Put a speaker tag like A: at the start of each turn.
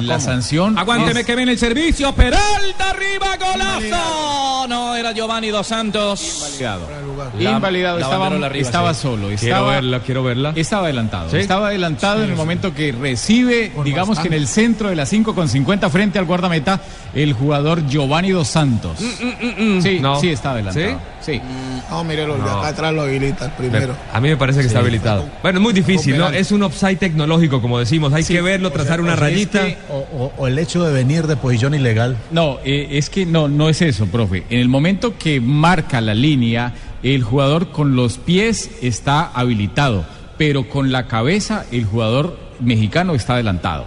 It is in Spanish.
A: La sanción.
B: Aguánteme que viene el servicio. Peralta arriba, golazo. No, era Giovanni Dos Santos.
A: Invalidado.
B: La-
A: Invalidado.
B: la
A: Estaba,
B: banderola arriba,
A: estaba
B: sí.
A: solo.
C: Quiero
A: Estaba,
C: verla, quiero verla.
A: estaba adelantado.
C: ¿Sí?
A: Estaba adelantado en el momento que recibe, digamos que en el centro de las 5 con 50 frente al guardameta, el jugador Giovanni Dos Santos. Sí,
C: No.
A: sí, está adelantado. Sí.
D: No, mire, lo acá atrás lo habilita el primero.
C: A mí me parece que está habilitado. Bueno, es muy difícil, ¿no?
D: penal.
C: Es un offside tecnológico, como decimos. Hay que verlo, trazar una rayita.
E: Pues
B: Este
E: este O, o- o el hecho de venir de posición ilegal.
A: No, eh, es que no, no es eso, profe. En el momento que marca la línea, el jugador con los pies está habilitado, pero con la cabeza el jugador mexicano está adelantado.